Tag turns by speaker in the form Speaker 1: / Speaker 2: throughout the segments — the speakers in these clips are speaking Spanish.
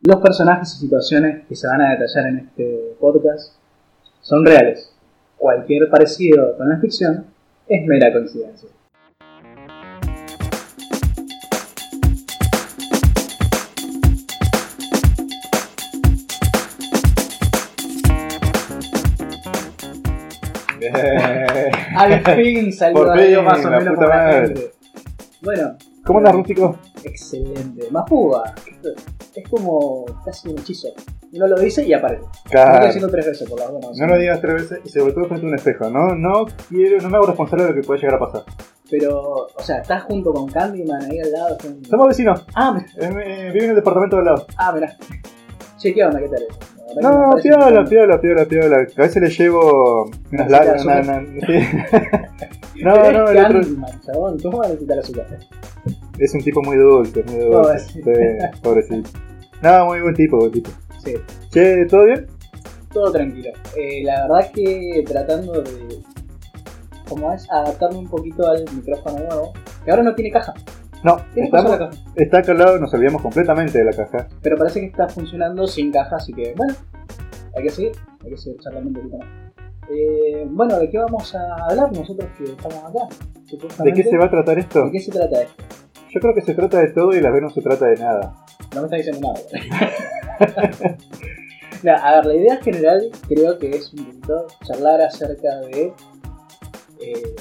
Speaker 1: los personajes y situaciones que se van a detallar en este podcast son reales. Cualquier parecido con la ficción es mera coincidencia. Al fin salió
Speaker 2: Por
Speaker 1: algo
Speaker 2: fin,
Speaker 1: más o
Speaker 2: la
Speaker 1: menos
Speaker 2: puta
Speaker 1: por la
Speaker 2: madre.
Speaker 1: gente. Bueno,
Speaker 2: ¿Cómo andas, Rústico?
Speaker 1: excelente. Mapuba. Es como casi un hechizo. Uno lo dice y aparece. Yo lo
Speaker 2: Claro.
Speaker 1: diciendo tres veces por las buenas.
Speaker 2: No lo digas tres veces y sobre todo frente a un espejo. No, no quiero, no me hago responsable de lo que pueda llegar a pasar.
Speaker 1: Pero, o sea, estás junto con Candyman ahí al lado. es un-
Speaker 2: Somos vecinos,
Speaker 1: Ah, me-
Speaker 2: eh, eh, vivo en el departamento de al lado.
Speaker 1: ah, mirá. Che, ¿qué onda? ¿Qué tal? La verdad que me
Speaker 2: No,
Speaker 1: parece
Speaker 2: piola,
Speaker 1: interesante.
Speaker 2: piola, piola, piola. A veces le llevo unas
Speaker 1: Necesita
Speaker 2: largas.
Speaker 1: azúcar.
Speaker 2: una- una- sí. No, no, el
Speaker 1: Eres
Speaker 2: otro
Speaker 1: Candyman, chabón. ¿Cómo vas a necesitar azúcar?
Speaker 2: es un tipo muy dulce, muy
Speaker 1: Oh,
Speaker 2: dulce. Sí, pobrecito. No, muy buen tipo, buen tipo.
Speaker 1: Sí,
Speaker 2: Che, ¿todo bien?
Speaker 1: todo tranquilo. Eh, la verdad que tratando de, como es, adaptarme un poquito al micrófono nuevo, que ahora no tiene caja.
Speaker 2: No,
Speaker 1: Tiene que usar
Speaker 2: estamos,
Speaker 1: la caja.
Speaker 2: está acá al lado, nos olvidamos completamente de la caja.
Speaker 1: Pero parece que está funcionando sin caja, así que bueno, hay que seguir, hay que seguir charlando un poquito más. Eh, bueno, ¿de qué vamos a hablar nosotros que estamos acá?
Speaker 2: ¿De qué se va a tratar
Speaker 1: ¿De
Speaker 2: esto?
Speaker 1: qué se trata esto?
Speaker 2: Yo creo que se trata de todo y la vez no se trata de nada.
Speaker 1: No me está diciendo nada. Nah, a ver, la idea general creo que es un poquito charlar acerca de eh,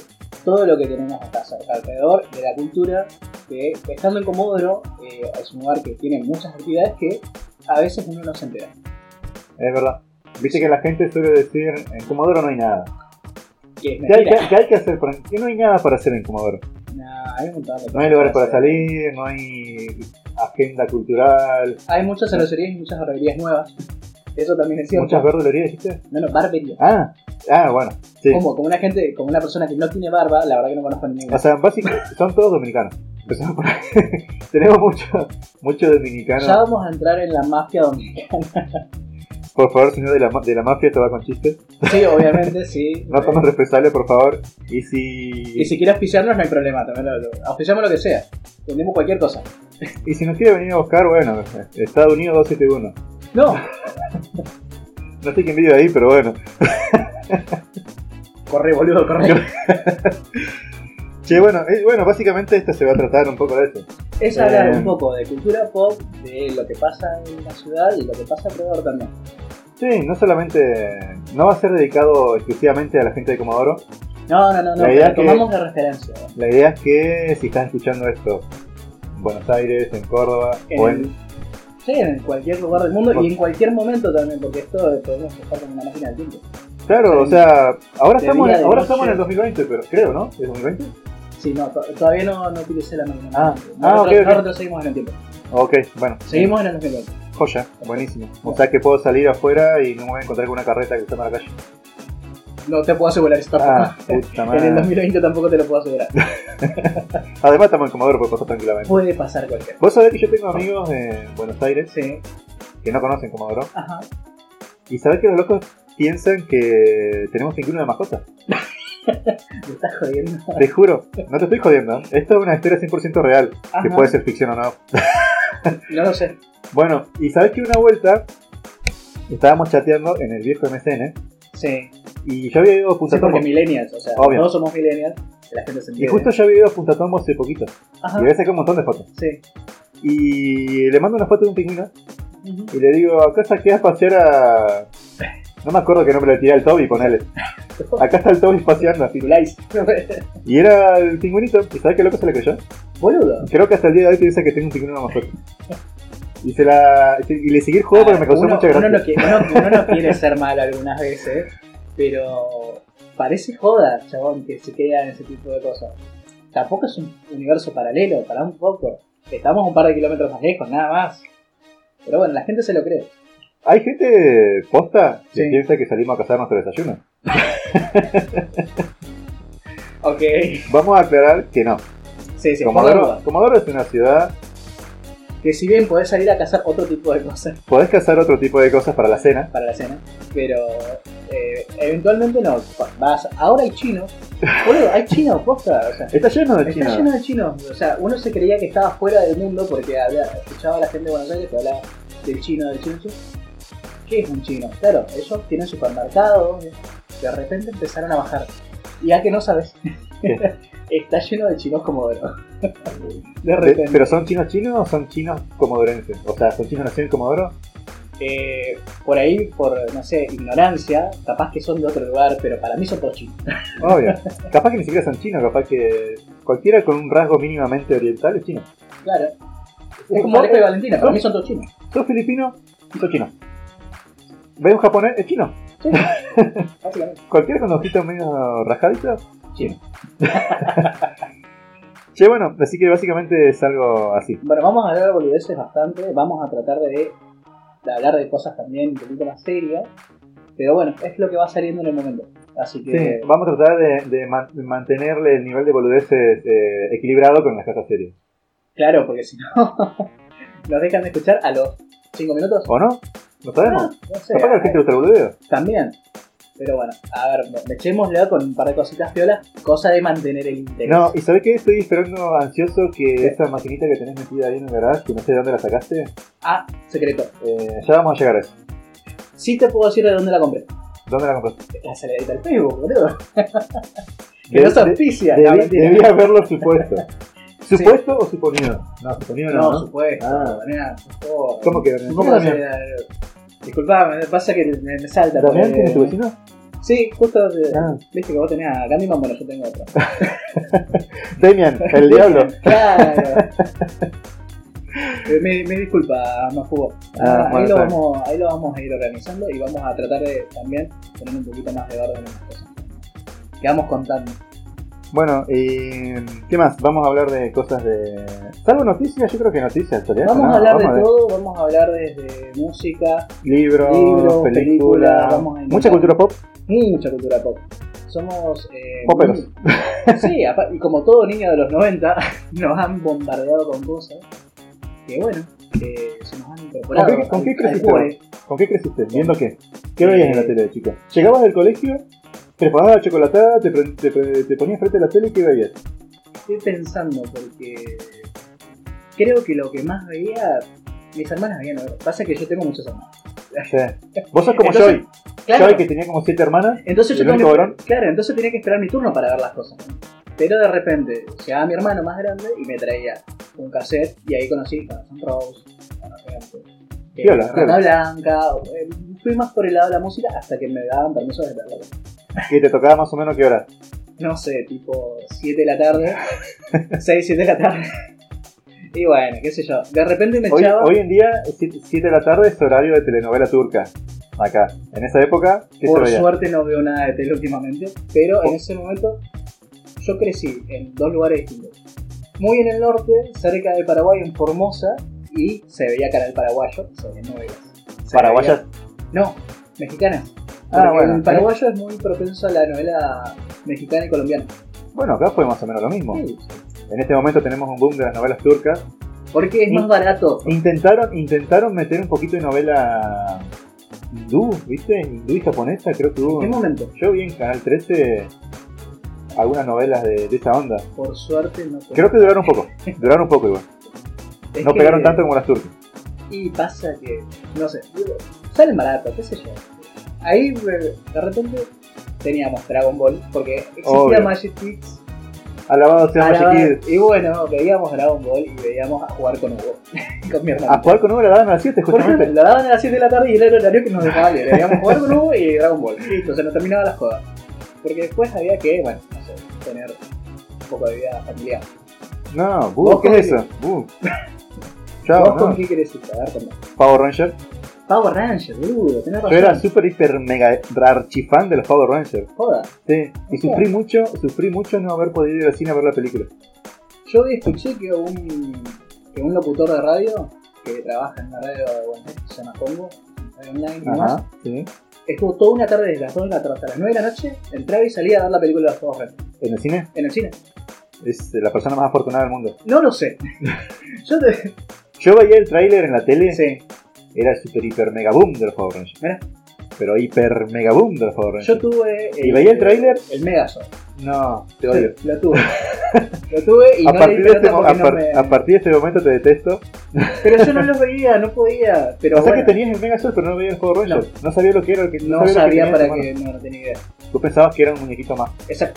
Speaker 1: todo lo que tenemos acá cerca, alrededor de la cultura, que estando en Comodoro eh, es un lugar que tiene muchas actividades que a veces uno no se entera.
Speaker 2: Es verdad. Viste que la gente suele decir, en Comodoro no hay nada.
Speaker 1: Que es
Speaker 2: ¿Qué hay,
Speaker 1: mentira.
Speaker 2: qué- qué hay que hacer? para- que no hay nada para hacer en Comodoro.
Speaker 1: Nah, hay un montón de
Speaker 2: No
Speaker 1: cosas
Speaker 2: hay lugares para
Speaker 1: hacer.
Speaker 2: salir, no hay agenda cultural,
Speaker 1: Hay muchas cervecerías y muchas barberías nuevas. Eso también es cierto.
Speaker 2: muchas verdulerías, ¿dijiste?
Speaker 1: No, no, barbería.
Speaker 2: Ah, ah, bueno. Sí.
Speaker 1: Como, como una gente, como una persona que no tiene barba, la verdad que no conozco ninguna.
Speaker 2: O sea, básicamente son todos dominicanos. Empezamos por ahí. Tenemos muchos mucho dominicanos.
Speaker 1: Ya vamos a entrar en la mafia dominicana.
Speaker 2: Por favor, señor de la, ma- de la mafia, te va con chistes.
Speaker 1: Sí, obviamente, sí.
Speaker 2: No tomes represalias, por favor. Y si,
Speaker 1: Y si quiere auspiciarnos, no hay problema. También lo, lo- auspiciamos lo que sea. Vendemos cualquier cosa.
Speaker 2: y si nos quiere venir a buscar, bueno, Estados Unidos 271.
Speaker 1: No,
Speaker 2: No sé quién vive ahí, pero bueno.
Speaker 1: corre, boludo, corre.
Speaker 2: Che, bueno, eh, bueno, básicamente esto se va a tratar un poco de eso.
Speaker 1: Es hablar
Speaker 2: Eh.
Speaker 1: un poco de cultura pop, de lo que pasa en la ciudad y lo que pasa alrededor también.
Speaker 2: Sí, no solamente. No va a ser dedicado exclusivamente a la gente de Comodoro.
Speaker 1: No, no, no, no.
Speaker 2: La idea
Speaker 1: pero
Speaker 2: que-
Speaker 1: tomamos de referencia. ¿eh?
Speaker 2: La idea es que si estás escuchando esto en Buenos Aires, en Córdoba,
Speaker 1: En
Speaker 2: o
Speaker 1: el-
Speaker 2: en.
Speaker 1: sí, en cualquier lugar del mundo
Speaker 2: Por-
Speaker 1: y en cualquier momento también, porque esto podemos estar con una máquina del tiempo.
Speaker 2: Claro, o sea, ahora
Speaker 1: de
Speaker 2: estamos,
Speaker 1: día, de
Speaker 2: ahora
Speaker 1: noche.
Speaker 2: estamos en el 2020, pero creo, ¿no? ¿Es 2020?
Speaker 1: Sí, no, to- todavía no, no utilicé la máquina. del
Speaker 2: Ah,
Speaker 1: tiempo.
Speaker 2: ah,
Speaker 1: Nosotros,
Speaker 2: ok, ok.
Speaker 1: nosotros seguimos en el tiempo.
Speaker 2: Ok, bueno. eh,
Speaker 1: Seguimos en el 2020.
Speaker 2: Joya, buenísimo. O sea que puedo salir afuera y no me voy a encontrar con una carreta que está en la calle.
Speaker 1: No te puedo asegurar esto
Speaker 2: Ah, puta
Speaker 1: En el
Speaker 2: madre.
Speaker 1: 2020 tampoco te lo puedo asegurar.
Speaker 2: Además estamos en Comodoro, puede pasar tranquilamente.
Speaker 1: Puede pasar cualquier
Speaker 2: Vos sabés que yo tengo amigos en Buenos Aires
Speaker 1: Sí.
Speaker 2: que no conocen Comodoro.
Speaker 1: Ajá.
Speaker 2: Y sabés que los locos piensan que tenemos que incluir una mascota.
Speaker 1: Me estás jodiendo.
Speaker 2: Te juro, no te estoy jodiendo. ¿eh? Esto es una historia 100% real, que
Speaker 1: Ajá.
Speaker 2: puede ser ficción o no.
Speaker 1: No lo sé.
Speaker 2: Bueno, y sabés que una vuelta estábamos chateando en el viejo MSN
Speaker 1: Sí.
Speaker 2: y yo había ido a Punta
Speaker 1: Sí, porque
Speaker 2: Tombo.
Speaker 1: millennials, o sea,
Speaker 2: Obvio.
Speaker 1: todos somos millennials. que La gente se
Speaker 2: Y
Speaker 1: entiende.
Speaker 2: justo yo había ido a Punta Tombo hace poquito.
Speaker 1: Ajá.
Speaker 2: Y había sacado un montón de fotos.
Speaker 1: Sí.
Speaker 2: Y le mando una foto de un pingüino
Speaker 1: Ujú.
Speaker 2: Y le digo, acá saqué a pasear a... No me acuerdo qué nombre le tiré al Toby, ponele. Acá está el Toby paseando así.
Speaker 1: Titulares.
Speaker 2: Y era el pingüinito. ¿Y sabes qué loco se le creyó?
Speaker 1: Boludo.
Speaker 2: Creo que hasta el día de hoy piensa que tengo un pingüino más fuerte. Y, se la... y le seguí el juego porque me causó
Speaker 1: uno,
Speaker 2: mucha
Speaker 1: Ah, uno
Speaker 2: gracia.
Speaker 1: no qui- uno- uno no quiere ser malo algunas veces, pero parece joda, chabón, que se queda en ese tipo de cosas. Tampoco es un universo paralelo, para un poco. Estamos un par de kilómetros más lejos, nada más. Pero bueno, la gente se lo cree.
Speaker 2: Hay gente posta que
Speaker 1: Sí.
Speaker 2: piensa que salimos a cazar nuestro desayuno.
Speaker 1: Ok.
Speaker 2: Vamos a aclarar que no.
Speaker 1: Sí, sí, por la
Speaker 2: Comodoro,
Speaker 1: duda.
Speaker 2: Comodoro es una ciudad...
Speaker 1: Que si bien podés salir a cazar otro tipo de cosas,
Speaker 2: Podés cazar otro tipo de cosas para la cena.
Speaker 1: para la cena. Pero eh, eventualmente no. Vas, ahora hay chinos. Boludo, hay chinos, posta. O sea,
Speaker 2: Está lleno de
Speaker 1: está
Speaker 2: chinos.
Speaker 1: lleno de chinos. O sea, uno se creía que estaba fuera del mundo porque había escuchaba a la gente de Buenos Aires que hablaba del chino del chino chino. ¿Qué es un chino? Claro, ellos tienen supermercado, de repente empezaron a bajar. Y a que no sabes, está lleno de chinos comodoros. de
Speaker 2: De-
Speaker 1: repente.
Speaker 2: ¿Pero son chinos chinos o son chinos comodorenses? O sea, ¿son chinos nacidos en Comodoro?
Speaker 1: Eh, por ahí, por, no sé, ignorancia, capaz que son de otro lugar, pero para mí son todos chinos.
Speaker 2: Obvio. capaz que ni siquiera son chinos, capaz que cualquiera con un rasgo mínimamente oriental es chino.
Speaker 1: Claro. Es como
Speaker 2: Es como-
Speaker 1: Alejo y Valentina, para mí son todos chinos.
Speaker 2: ¿Sos filipino? ¿Sos chino? ¿Ves un japonés? Es chino.
Speaker 1: Básicamente.
Speaker 2: Cualquiera con ojitos medio rajaditos, chino. che, bueno, así que básicamente es algo así.
Speaker 1: Bueno, vamos a hablar de boludeces bastante, vamos a tratar de, de hablar de cosas también un poquito más serias, pero bueno, es lo que va saliendo en el momento. Así
Speaker 2: Sí,
Speaker 1: que
Speaker 2: vamos a tratar de, de man- de mantenerle el nivel de boludeces eh, equilibrado con las casas serias.
Speaker 1: Claro, porque si no, nos dejan de escuchar a los 5 minutos.
Speaker 2: ¿O no? No sabemos.
Speaker 1: Ah, no sé,
Speaker 2: Capaz que a la gente le gusta el boludeo.
Speaker 1: también. Pero bueno, a ver, echémosla con un par de cositas piolas, cosa de mantener el interés.
Speaker 2: No, ¿y sabés qué? Estoy esperando ansioso que esa maquinita que tenés metida ahí en el garage, que no sé de dónde la sacaste,
Speaker 1: Ah, secreto.
Speaker 2: eh, ya vamos a llegar a eso.
Speaker 1: Sí te puedo decir de dónde la compré.
Speaker 2: ¿Dónde la compraste?
Speaker 1: La saladita del Facebook, boludo. Que
Speaker 2: De-
Speaker 1: no se
Speaker 2: de-
Speaker 1: auspicia.
Speaker 2: debí-
Speaker 1: No, mentira.
Speaker 2: debía haberlo supuesto. ¿Supuesto o suponido? No, suponido no.
Speaker 1: No,
Speaker 2: ¿no?
Speaker 1: supuesto.
Speaker 2: Ah.
Speaker 1: Damián, por favor.
Speaker 2: ¿Cómo que?
Speaker 1: No,
Speaker 2: ¿Cómo Damián?
Speaker 1: Damián. Disculpame, pasa que me, me salta.
Speaker 2: ¿Damián
Speaker 1: porque-
Speaker 2: tiene tu vecino?
Speaker 1: Sí, justo. eh,
Speaker 2: Ah,
Speaker 1: Viste que vos tenías a Candyman, bueno, yo tengo otro.
Speaker 2: Damian, el diablo.
Speaker 1: Claro. Eh, me, me disculpa, no jugó.
Speaker 2: Ah, bueno,
Speaker 1: ahí, lo
Speaker 2: está bien.
Speaker 1: vamos, ahí lo vamos a ir organizando y vamos a tratar de también poner un poquito más de orden en las cosas. Que vamos contando.
Speaker 2: Bueno, y ¿qué más? Vamos a hablar de cosas de... Salvo noticias, yo creo que noticias. en realidad,
Speaker 1: Vamos
Speaker 2: ¿no?
Speaker 1: a hablar
Speaker 2: Vamos
Speaker 1: de todo, vamos a hablar desde música,
Speaker 2: Libros,
Speaker 1: Libros,
Speaker 2: películas,
Speaker 1: películas, vamos a
Speaker 2: mucha
Speaker 1: inventar.
Speaker 2: cultura pop.
Speaker 1: mucha cultura pop. Somos... Eh,
Speaker 2: Poperos.
Speaker 1: muy- Sí, apa- y como todo niño de los 90, nos han bombardeado con cosas que bueno, que se nos han incorporado.
Speaker 2: ¿Con qué- con
Speaker 1: al-
Speaker 2: qué
Speaker 1: al
Speaker 2: creciste
Speaker 1: cuore.
Speaker 2: vos? ¿Con qué creciste? ¿Viendo qué?
Speaker 1: Eh,
Speaker 2: ¿Qué veías en la tele, chico? ¿Llegabas del colegio? ¿Preparabas la chocolatada? Te, pre- te, pre- te ponías frente a la tele y qué veías?
Speaker 1: Estoy pensando porque creo que lo que más veía mis hermanas veían lo pasa que yo tengo muchos hermanos.
Speaker 2: Vos sos como
Speaker 1: Entonces,
Speaker 2: Joy. Joy que tenía como siete hermanas.
Speaker 1: entonces yo
Speaker 2: el único
Speaker 1: tengo que-
Speaker 2: varón.
Speaker 1: claro, entonces tenía que esperar mi turno para ver las cosas. Pero de repente llegaba mi hermano más grande y me traía un cassette y ahí conocí a Guns N' Roses, a gente, eh,
Speaker 2: Piola,
Speaker 1: Rata
Speaker 2: piola.
Speaker 1: Blanca, o- eh, fui más por el lado de la música hasta que me daban permiso de verla.
Speaker 2: Que te tocaba más o menos qué hora.
Speaker 1: no sé, tipo 7 de la tarde, 6, 7 de la tarde. Y bueno, qué sé yo. De repente me
Speaker 2: Hoy,
Speaker 1: echaba.
Speaker 2: hoy en día, 7 de la tarde es horario de telenovela turca. Acá. En esa época, ¿qué se
Speaker 1: por
Speaker 2: veía? Oh.
Speaker 1: suerte no veo nada de tele últimamente, pero en ese momento yo crecí en dos lugares distintos. Muy en el norte, cerca de Paraguay, en Formosa, y se veía canal paraguayo, se veían novelas. Se
Speaker 2: Paraguayas.
Speaker 1: veía- No, mexicanas.
Speaker 2: Ah,
Speaker 1: Porque
Speaker 2: bueno.
Speaker 1: El paraguayo es muy propenso a la novela mexicana y colombiana.
Speaker 2: Bueno, acá fue más o menos lo mismo.
Speaker 1: Sí,
Speaker 2: En este momento tenemos un boom de las novelas turcas.
Speaker 1: Porque es
Speaker 2: Y-
Speaker 1: más barato.
Speaker 2: Intentaron, intentaron meter un poquito de novela hindú, ¿viste? Hindú y japonesa, creo que
Speaker 1: ¿En qué
Speaker 2: hubo.
Speaker 1: momento?
Speaker 2: Yo vi en Canal 13 algunas novelas de, de esa onda.
Speaker 1: Por suerte no
Speaker 2: Creo que duraron un poco, duraron un poco igual.
Speaker 1: Es
Speaker 2: No
Speaker 1: que-
Speaker 2: pegaron tanto como las turcas.
Speaker 1: Y pasa que, no sé, salen barato, qué sé yo. Ahí eh, de repente teníamos Dragon Ball, porque existía
Speaker 2: Obvio.
Speaker 1: Magic Kids.
Speaker 2: Alabado sea
Speaker 1: Ahora,
Speaker 2: Magic Kid.
Speaker 1: Y bueno, veíamos Dragon Ball y veíamos a jugar con Hugo, con mi
Speaker 2: A
Speaker 1: hermano.
Speaker 2: jugar con Hugo la daban a las 7
Speaker 1: Por ejemplo,
Speaker 2: justamente.
Speaker 1: lo daban a las 7 de la tarde y era el horario que nos dejaba libre. Veíamos jugar con Hugo y Dragon Ball. Listo, se nos terminaba la joda. Porque después había que, bueno, no sé, tener un poco de vida familiar.
Speaker 2: No,
Speaker 1: Vos
Speaker 2: buh, ¿qué
Speaker 1: con
Speaker 2: es
Speaker 1: qué-
Speaker 2: eso? Buh. Chao,
Speaker 1: ¿Vos con
Speaker 2: no.
Speaker 1: qué querés ir? A ver, contá.
Speaker 2: Power Rangers.
Speaker 1: Power Ranger, boludo, tenés razón.
Speaker 2: Yo era súper, hiper, mega archifan de los Power Rangers.
Speaker 1: Joda.
Speaker 2: Sí, y sufrí mucho, sufrí mucho no haber podido ir al cine a ver la película.
Speaker 1: Yo hoy escuché que un, que un locutor de radio que trabaja en una radio de Buenos Aires, se llama Congo, radio online y demás,
Speaker 2: sí.
Speaker 1: estuvo toda una tarde desde las 2 de la tarde hasta las 9 de la noche, entraba y salía a ver la película de los Juegos Reyes,
Speaker 2: En el cine
Speaker 1: en el cine.
Speaker 2: es la persona más afortunada del mundo.
Speaker 1: No lo sé. Yo te...
Speaker 2: Yo veía el tráiler en la tele,
Speaker 1: sí.
Speaker 2: era el super, hiper, mega boom de los Power Rangers.
Speaker 1: Mirá.
Speaker 2: Pero hiper, mega boom de los Power Rangers.
Speaker 1: Yo tuve... eh,
Speaker 2: ¿Y veía el tráiler?
Speaker 1: El Megazord.
Speaker 2: No, te odio.
Speaker 1: Lo tuve. Lo tuve y
Speaker 2: a,
Speaker 1: no
Speaker 2: partir
Speaker 1: le
Speaker 2: de
Speaker 1: di
Speaker 2: este,
Speaker 1: pelota
Speaker 2: mo-
Speaker 1: porque no
Speaker 2: a, par-
Speaker 1: me-
Speaker 2: a partir de este momento te detesto.
Speaker 1: Pero yo no los veía, no podía. Pero
Speaker 2: o sea
Speaker 1: bueno,
Speaker 2: que tenías el Mega Sword, pero no veías el juego Ranger. No. sabía lo que era. lo que-
Speaker 1: no
Speaker 2: lo que
Speaker 1: sabía
Speaker 2: tenía
Speaker 1: para
Speaker 2: en
Speaker 1: que no, no tenía idea.
Speaker 2: tu mano. Tú pensabas que era un muñequito más.
Speaker 1: Esa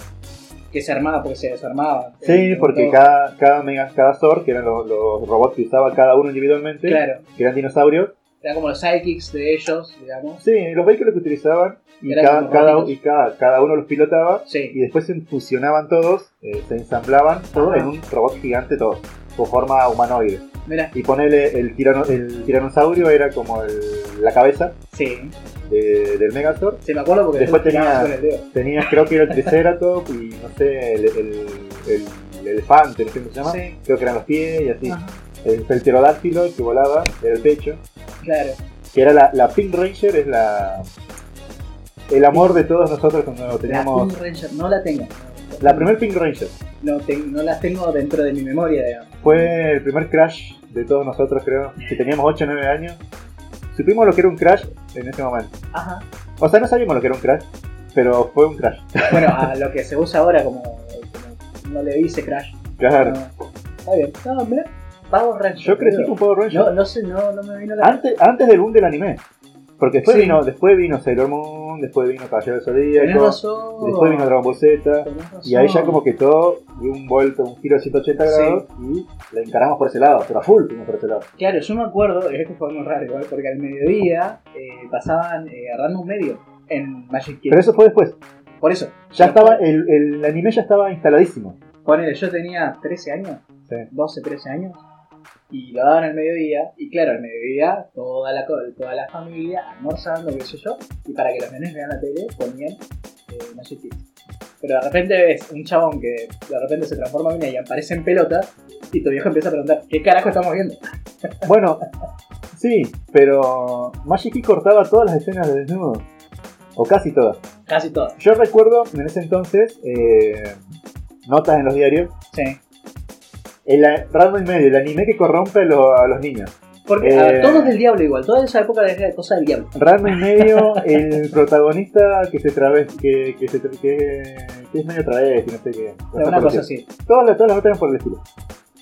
Speaker 1: que se armaba porque se desarmaba.
Speaker 2: Sí, porque
Speaker 1: cada
Speaker 2: cada, cada Mega cada Sword, que eran los, los robots que usaba cada uno individualmente,
Speaker 1: Claro,
Speaker 2: que eran dinosaurios.
Speaker 1: era como los sidekicks de ellos, digamos.
Speaker 2: Sí, los vehículos que utilizaban y,
Speaker 1: Eran
Speaker 2: cada,
Speaker 1: como
Speaker 2: cada,
Speaker 1: robots.
Speaker 2: y cada, cada uno los pilotaba.
Speaker 1: Sí,
Speaker 2: y después se fusionaban todos, eh, se ensamblaban todos
Speaker 1: Ajá.
Speaker 2: en un robot gigante todos, con forma humanoide.
Speaker 1: mira,
Speaker 2: Y ponele el, tirano- el tiranosaurio era como el- la cabeza
Speaker 1: sí,
Speaker 2: de- del Megazord.
Speaker 1: sí, me acuerdo porque
Speaker 2: Después
Speaker 1: yo lo tiraba
Speaker 2: tenía-
Speaker 1: con el dedo.
Speaker 2: Tenías creo que era el Triceratops y no sé, el, el, el- el elefante, no sé cómo se llama.
Speaker 1: Sí,
Speaker 2: Creo que eran los pies y así.
Speaker 1: Ajá.
Speaker 2: Este, El, el pterodáctilo que volaba, era el pecho.
Speaker 1: claro,
Speaker 2: Que era la, la Pink Ranger, es la... El amor de todos nosotros cuando
Speaker 1: teníamos...
Speaker 2: teníamos...
Speaker 1: la Tomb Ranger no la tengo.
Speaker 2: La primer Pink Ranger.
Speaker 1: No, te- no las tengo dentro de mi memoria, digamos.
Speaker 2: Fue el primer crash de todos nosotros, creo. Si teníamos 8 o 9 años, supimos lo que era un crash en ese momento.
Speaker 1: Ajá.
Speaker 2: O sea, no sabíamos lo que era un crash, pero fue un crash.
Speaker 1: Bueno, a lo que se usa ahora como, como no le dice Crash.
Speaker 2: Claro.
Speaker 1: No. Está bien. No, mira, Power Ranger.
Speaker 2: Yo crecí con Power Rangers
Speaker 1: No, no sé, no, no me vino la...
Speaker 2: antes, antes del boom del anime. Porque después,
Speaker 1: Sí.
Speaker 2: vino, después vino Sailor Moon, después vino Caballero del
Speaker 1: Tenés
Speaker 2: Zodíaco,
Speaker 1: razón.
Speaker 2: después vino Dragon Ball Z.
Speaker 1: tenés razón.
Speaker 2: Y ahí ya como que todo dio un vuelto, un giro de 180
Speaker 1: Sí.
Speaker 2: grados y la encaramos por ese lado, pero a full fuimos por ese lado.
Speaker 1: Claro, yo me acuerdo, esto fue muy raro igual, porque al mediodía eh, pasaban eh, Random Medio en Magic Kid.
Speaker 2: Pero eso fue después.
Speaker 1: Por eso,
Speaker 2: Ya estaba, el, el anime ya estaba instaladísimo.
Speaker 1: ponele, yo tenía 13 años,
Speaker 2: Sí.
Speaker 1: 12, 13 años, y lo daban al mediodía, y claro, al mediodía toda la, co- toda la familia almorzando, qué sé yo, y para que los nenes vean la tele ponían eh, Magic Kid. Pero de repente ves un chabón que de repente se transforma en una y aparece en pelota, y tu viejo empieza a preguntar, ¿qué carajo estamos viendo?
Speaker 2: Bueno, sí, pero Magic Key cortaba todas las escenas de desnudo. O casi todas.
Speaker 1: Casi todo.
Speaker 2: Yo recuerdo en ese entonces eh, notas en los diarios.
Speaker 1: Sí.
Speaker 2: El a- random y medio, el anime que corrompe lo- a los niños.
Speaker 1: Porque, a ver,
Speaker 2: Eh.
Speaker 1: todo es del diablo igual, toda esa época era cosa del diablo.
Speaker 2: Random y medio, el protagonista que se traves, que, que se tra- que, que es medio travesti, no sé qué.
Speaker 1: Era una cosa así.
Speaker 2: Todas las, todas las notas eran por el estilo.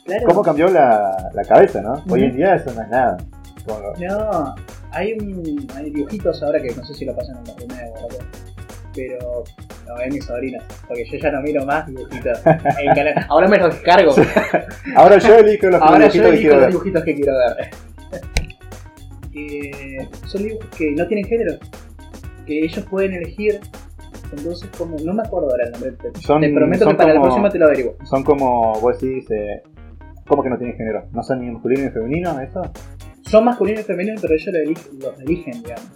Speaker 1: Claro.
Speaker 2: ¿Cómo cambió la, la cabeza, no? Hoy en
Speaker 1: Ujú.
Speaker 2: día eso no es nada. Como-
Speaker 1: No, hay, un, hay dibujitos ahora que no sé si lo pasan en la primera o algo, pero no, es mi sobrina, porque yo ya no miro más dibujitos. en canal. Ahora me los descargo,
Speaker 2: Ahora yo elijo los
Speaker 1: ahora yo
Speaker 2: dibujitos que
Speaker 1: elijo
Speaker 2: quiero
Speaker 1: los
Speaker 2: ver.
Speaker 1: dibujitos que quiero ver. Que son dibujos que no tienen género, que ellos pueden elegir, entonces como, no me acuerdo ahora el nombre, te,
Speaker 2: Son-
Speaker 1: te prometo
Speaker 2: son
Speaker 1: que para la
Speaker 2: como-
Speaker 1: próxima te lo averiguo.
Speaker 2: son como, vos decís, eh, ¿cómo que no tienen género? ¿No son ni masculino ni femenino eso?
Speaker 1: Son masculinos y femeninos, pero ellos lo eligen- los eligen, digamos.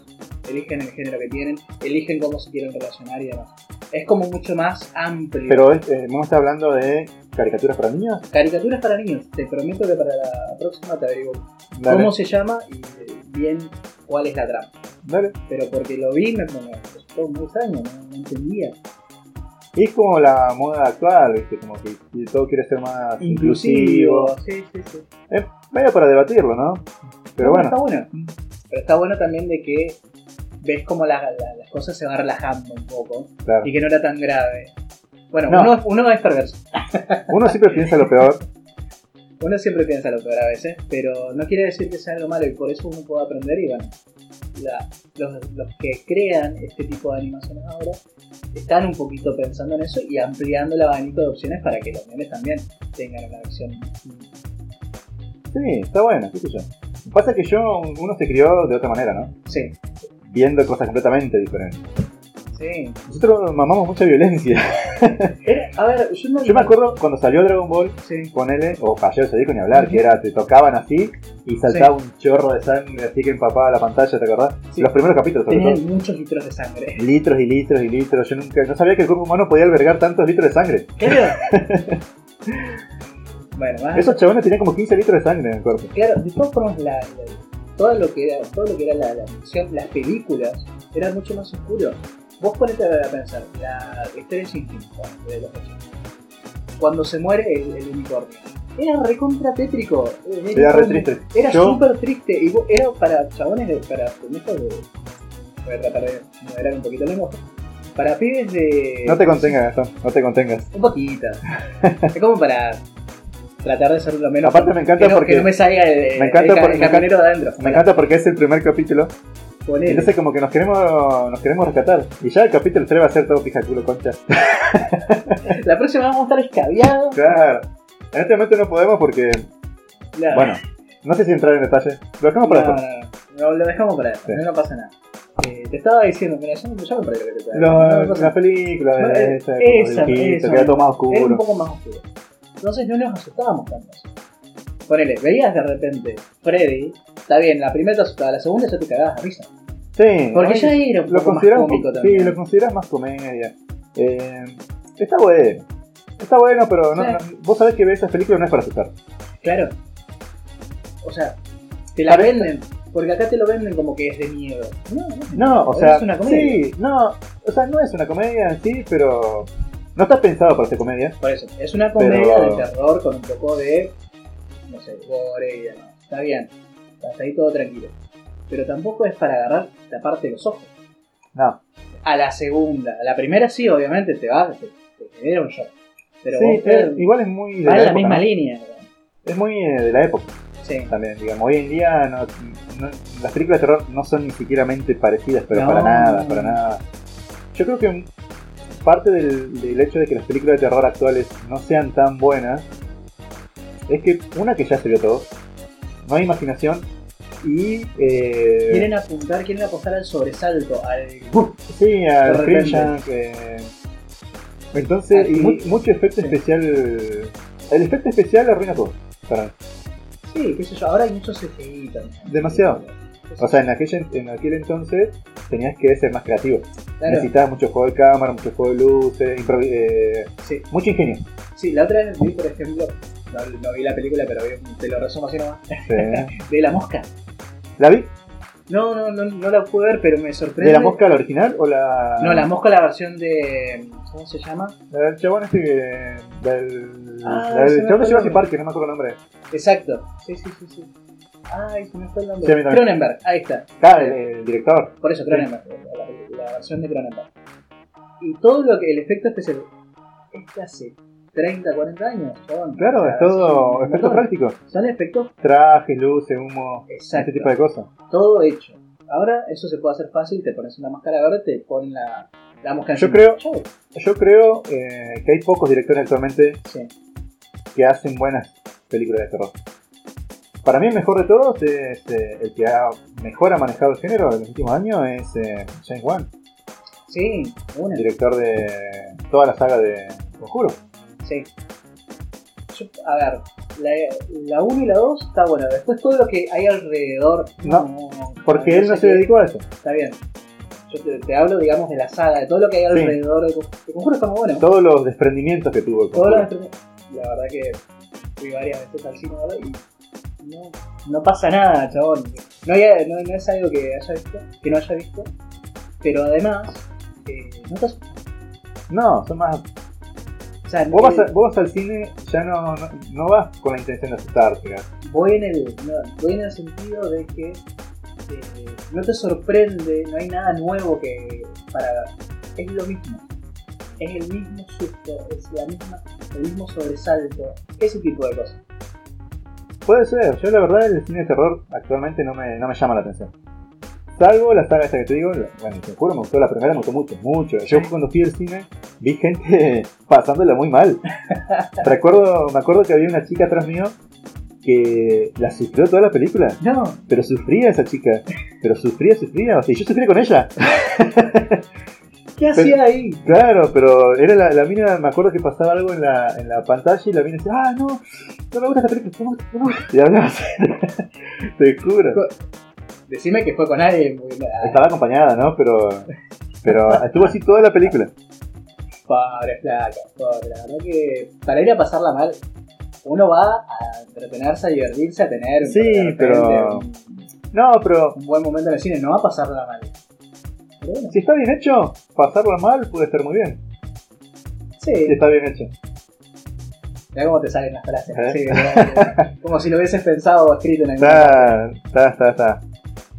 Speaker 1: Eligen el género que tienen, eligen cómo se quieren relacionar y demás. Es como mucho más amplio.
Speaker 2: Pero es- eh, vamos a estar hablando de caricaturas para niños.
Speaker 1: Caricaturas para niños, te prometo que para la próxima te averiguo
Speaker 2: Dale,
Speaker 1: cómo se llama y eh, bien cuál es la trama.
Speaker 2: dale.
Speaker 1: Pero porque lo vi me me resultó muy extraño, no, no entendía.
Speaker 2: Y es como la moda actual, ¿viste? Como que todo quiere ser más inclusivo.
Speaker 1: Sí, sí, sí.
Speaker 2: Medio para debatirlo, ¿no? Pero
Speaker 1: No,
Speaker 2: bueno,
Speaker 1: Está bueno. Pero está bueno también de que ves como la- la- las cosas se van relajando un poco
Speaker 2: claro.
Speaker 1: y que no era tan grave. Bueno,
Speaker 2: No.
Speaker 1: uno, uno es perverso.
Speaker 2: Uno siempre piensa lo peor.
Speaker 1: Uno siempre piensa lo peor a veces, pero no quiere decir que sea algo malo y por eso uno puede aprender y bueno, la- los, los que crean este tipo de animaciones ahora están un poquito pensando en eso y ampliando el abanico de opciones para que los nenes también tengan una versión.
Speaker 2: Sí, está bueno, qué sé yo. Pasa que yo, uno se crió de otra manera, ¿no?
Speaker 1: Sí,
Speaker 2: Viendo cosas completamente diferentes.
Speaker 1: sí.
Speaker 2: Nosotros mamamos mucha violencia.
Speaker 1: Era- a ver, yo no...
Speaker 2: Yo me acuerdo cuando salió Dragon Ball,
Speaker 1: Sí,
Speaker 2: ponele, o ayer se dijo ni hablar, que era, te tocaban así y saltaba un chorro de sangre así que empapaba la pantalla, ¿te acordás?
Speaker 1: Sí.
Speaker 2: Los primeros capítulos, sobre
Speaker 1: tenían
Speaker 2: todo.
Speaker 1: muchos litros de sangre.
Speaker 2: Litros y litros y litros. Yo nunca, no sabía que el cuerpo humano podía albergar tantos litros de sangre.
Speaker 1: Claro. bueno, más...
Speaker 2: Esos chabones tenían como 15 litros de sangre en el cuerpo.
Speaker 1: Claro, de todas formas, la, la- todo lo que era, todo lo que era la, la ficción, las películas, eran mucho más oscuro. Vos ponete a pensar, la historia sin fin, bueno, de los 80. Cuando se muere el, el unicornio. Era recontra tétrico. eh,
Speaker 2: Era re triste.
Speaker 1: Era
Speaker 2: Yo-
Speaker 1: súper triste. Y vos- era para chabones, de, para pendejos de. Voy a tratar de moderar un poquito el lenguaje. para pibes de.
Speaker 2: No te contengas, Gastón, no te contengas.
Speaker 1: Un poquito. es como para tratar de ser lo menos.
Speaker 2: Aparte me encanta
Speaker 1: que no,
Speaker 2: porque-
Speaker 1: que no me salga el,
Speaker 2: Me encanta
Speaker 1: el ca-
Speaker 2: por-
Speaker 1: el
Speaker 2: me encanta-
Speaker 1: camionero de adentro.
Speaker 2: Me encanta porque es el primer capítulo.
Speaker 1: Ponele.
Speaker 2: Entonces como que nos queremos nos queremos rescatar. Y ya el capítulo 3 va a ser todo pijaculo concha.
Speaker 1: La próxima vamos a estar escabiados.
Speaker 2: Claro. En este momento no podemos porque,
Speaker 1: Claro.
Speaker 2: bueno, no sé si entrar en detalle. Lo dejamos para
Speaker 1: No,
Speaker 2: después.
Speaker 1: no, no, lo dejamos para después,
Speaker 2: Sí.
Speaker 1: no, pasa nada. Eh, te estaba diciendo, mira, yo, yo me perdí lo que te estaba diciendo,
Speaker 2: Lo-
Speaker 1: no pasa
Speaker 2: la
Speaker 1: nada.
Speaker 2: película
Speaker 1: Bueno,
Speaker 2: de esa,
Speaker 1: esa,
Speaker 2: como dibujito,
Speaker 1: esa.
Speaker 2: que era todo más
Speaker 1: Era un
Speaker 2: oscuro.
Speaker 1: poco más oscuro. Entonces no nos asustábamos tanto. Ponele, veías de repente Freddy, está bien, la primera te asustaba, la segunda ya te cagabas de risa.
Speaker 2: Sí,
Speaker 1: Porque
Speaker 2: ay,
Speaker 1: ya era un poco
Speaker 2: lo
Speaker 1: más
Speaker 2: consideras
Speaker 1: cómico
Speaker 2: sí,
Speaker 1: también.
Speaker 2: lo consideras más comedia. Eh, está bueno. Está bueno, pero no-
Speaker 1: Sí.
Speaker 2: no- vos sabés que ver esas películas no es para asustar.
Speaker 1: Claro. O sea, te la
Speaker 2: Parece-
Speaker 1: venden, porque acá te lo venden como que es de miedo. No, no,
Speaker 2: No, o
Speaker 1: Es
Speaker 2: sea,
Speaker 1: una comedia.
Speaker 2: sí, no, o sea, no es una comedia en sí, pero no está pensado para ser comedia.
Speaker 1: Por eso, es una comedia de
Speaker 2: Pero-
Speaker 1: terror con un poco de, no sé, gore y demás. Está bien, hasta ahí todo tranquilo. Pero tampoco es para agarrar la parte de los ojos.
Speaker 2: No.
Speaker 1: A la segunda, a la primera sí, obviamente te va, te, te genera un shock. Pero
Speaker 2: Sí,
Speaker 1: vos
Speaker 2: eh,
Speaker 1: te-
Speaker 2: igual es muy de
Speaker 1: va
Speaker 2: la
Speaker 1: en la
Speaker 2: época,
Speaker 1: misma
Speaker 2: ¿no?
Speaker 1: línea.
Speaker 2: Es muy eh, de la época
Speaker 1: Sí.
Speaker 2: también, digamos. Hoy en día no- no- las películas de terror no son ni siquiera mente parecidas, pero
Speaker 1: No.
Speaker 2: para nada, para nada. Yo creo que parte del, del hecho de que las películas de terror actuales no sean tan buenas es que una que ya se vio todo, no hay imaginación y... eh,
Speaker 1: Quieren apuntar, quieren apostar al sobresalto, al...
Speaker 2: Sí,
Speaker 1: De
Speaker 2: al
Speaker 1: repente.
Speaker 2: Screen Junk, eh. Entonces,
Speaker 1: Aquí-
Speaker 2: y mu- mucho efecto
Speaker 1: sí.
Speaker 2: especial. El efecto especial arruina todo. para mí.
Speaker 1: Sí, qué sé yo, ahora hay mucho CGI también.
Speaker 2: Demasiado.
Speaker 1: Qué sé
Speaker 2: O sea, en, aquella, en aquel entonces tenías que ser más creativo.
Speaker 1: yo. Claro,
Speaker 2: Necesitabas mucho juego de cámara, mucho juego de luces, improvi- eh,
Speaker 1: sí.
Speaker 2: mucho ingenio.
Speaker 1: Sí, la otra vez vi, por ejemplo, no, no vi la película, pero vi- te lo resumo así nomás,
Speaker 2: Sí.
Speaker 1: de La Mosca.
Speaker 2: ¿La vi?
Speaker 1: No, no, no, no la pude ver, pero me sorprende.
Speaker 2: ¿De la mosca la original o la.?
Speaker 1: No, La Mosca, la versión de... ¿Cómo se llama?
Speaker 2: La del chabón este que. La del.
Speaker 1: Ah,
Speaker 2: la
Speaker 1: se me
Speaker 2: del
Speaker 1: fue
Speaker 2: chabón de
Speaker 1: el
Speaker 2: Jurassic
Speaker 1: nombre.
Speaker 2: Park, que no me acuerdo el nombre.
Speaker 1: Exacto. Sí, sí, sí, sí. Ay, se me fue el
Speaker 2: Sí, a mí
Speaker 1: nombre.
Speaker 2: también.
Speaker 1: Cronenberg, ahí está.
Speaker 2: Ah, el, el director.
Speaker 1: Por eso, Cronenberg, la, la versión de Cronenberg. Y todo lo que, el efecto especial, es de hace 30, 40 años, chabón. O
Speaker 2: Claro,
Speaker 1: sea,
Speaker 2: es
Speaker 1: un
Speaker 2: todo efecto
Speaker 1: montón.
Speaker 2: práctico.
Speaker 1: Son efectos,
Speaker 2: Trajes, luces, humo.
Speaker 1: exacto,
Speaker 2: ese Este tipo de cosas.
Speaker 1: todo hecho. Ahora eso se puede hacer fácil, te pones una máscara verde, te ponen la, la mosca
Speaker 2: Yo
Speaker 1: encima.
Speaker 2: creo-
Speaker 1: Chau.
Speaker 2: Yo creo eh, que hay pocos directores actualmente
Speaker 1: Sí.
Speaker 2: que hacen buenas películas de terror. Para mí el mejor de todos, es, eh, el que ha mejor ha manejado el género en los últimos años, es eh, James Wan,
Speaker 1: Sí, una.
Speaker 2: director de toda la saga de Conjuro.
Speaker 1: Sí. Yo- a ver, la 1 y la 2 está bueno. Después todo lo que hay alrededor.
Speaker 2: No, Porque
Speaker 1: yo
Speaker 2: él no
Speaker 1: sé
Speaker 2: se
Speaker 1: que-
Speaker 2: dedicó a eso.
Speaker 1: Está bien. Yo te, te hablo, digamos, de la saga, de todo lo que hay alrededor. de Te conjuro está muy bueno.
Speaker 2: Todos los desprendimientos que tuvo el
Speaker 1: Todo lo
Speaker 2: Conjuro.
Speaker 1: que- La verdad que fui varias veces al cine ahora y no, no pasa nada, chabón. No, hay- no, no es algo que haya visto, que no haya visto. Pero además, eh, no te asustas.
Speaker 2: No, son más...
Speaker 1: O sea,
Speaker 2: Vos vas,
Speaker 1: eh,
Speaker 2: a- vos vas al cine, ya no, no, no vas con la intención de asustarte. ¿eh?
Speaker 1: voy en el no, voy en el sentido de que eh, no te sorprende no hay nada nuevo que para es lo mismo es el mismo susto es la misma el mismo sobresalto ese tipo de cosas
Speaker 2: Puede ser, yo la verdad el cine de terror actualmente no me, no me llama la atención. Salvo la saga esta que te digo, la- bueno, te juro, me gustó la primera, me gustó mucho, mucho. Yo cuando fui al cine vi gente pasándola muy mal. Recuerdo, me acuerdo que había una chica atrás mío que la sufrió toda la película,
Speaker 1: no
Speaker 2: pero sufría esa chica, pero sufría, sufría, o sea, y yo sufría con ella.
Speaker 1: qué hacía ahí
Speaker 2: Claro, pero era la, la mina, me acuerdo que pasaba algo en la, en la pantalla y la mina decía, ah, no, no me gusta esta película, no me gusta, no me gusta". Y hablaba así. te juro.
Speaker 1: decime que fue con alguien porque nada,
Speaker 2: Estaba acompañada, ¿no? Pero, pero estuvo así toda la película.
Speaker 1: pobre flaca pobre la verdad que para ir a pasarla mal uno va a entretenerse a divertirse a tener un-
Speaker 2: Sí,
Speaker 1: de repente,
Speaker 2: pero-
Speaker 1: un,
Speaker 2: No, pero
Speaker 1: un buen momento en el cine no va a pasarla mal Pero bueno,
Speaker 2: si está bien hecho, pasarlo mal puede estar muy bien.
Speaker 1: sí.
Speaker 2: Si está bien hecho.
Speaker 1: Mirá cómo te salen las frases.
Speaker 2: ¿Eh?
Speaker 1: Sí, mirá, como si lo hubieses pensado o escrito en algún momento.
Speaker 2: Está, está, está, está.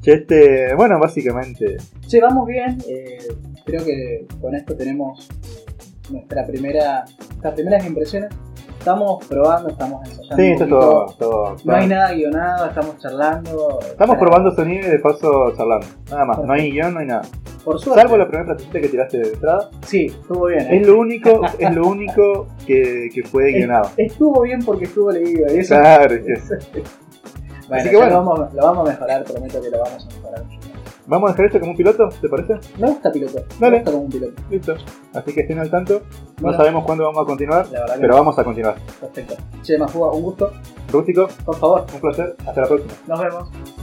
Speaker 2: Che, Este, bueno, básicamente.
Speaker 1: Che, vamos bien. eh, creo que con esto tenemos nuestra primera, nuestras primeras impresiones. Estamos probando, estamos ensayando.
Speaker 2: Sí,
Speaker 1: un
Speaker 2: esto es
Speaker 1: poquito.
Speaker 2: todo. todo-
Speaker 1: No hay nada guionado, estamos charlando.
Speaker 2: Estamos
Speaker 1: Para-
Speaker 2: probando sonido y de paso charlando. Nada más, no hay guión, no hay nada.
Speaker 1: Por suerte.
Speaker 2: Salvo la primera platita que tiraste de entrada.
Speaker 1: Sí, estuvo bien. ¿eh?
Speaker 2: Es lo único, es lo único que, que fue guionado.
Speaker 1: Estuvo bien porque estuvo leído. Y eso
Speaker 2: Claro, es que-
Speaker 1: Bueno,
Speaker 2: Así que
Speaker 1: ya
Speaker 2: bueno.
Speaker 1: Lo, vamos, lo vamos a mejorar, prometo que lo vamos a mejorar.
Speaker 2: Vamos a dejar esto como un piloto, ¿te parece?
Speaker 1: Me gusta piloto, me
Speaker 2: Dale.
Speaker 1: gusta como un piloto.
Speaker 2: Listo. Así que estén al tanto. No
Speaker 1: Bueno.
Speaker 2: sabemos cuándo vamos a continuar,
Speaker 1: La verdad que
Speaker 2: pero vamos a continuar.
Speaker 1: perfecto. Che, Majuga, un gusto,
Speaker 2: Rústico,
Speaker 1: por favor,
Speaker 2: un placer. Hasta la próxima.
Speaker 1: nos vemos.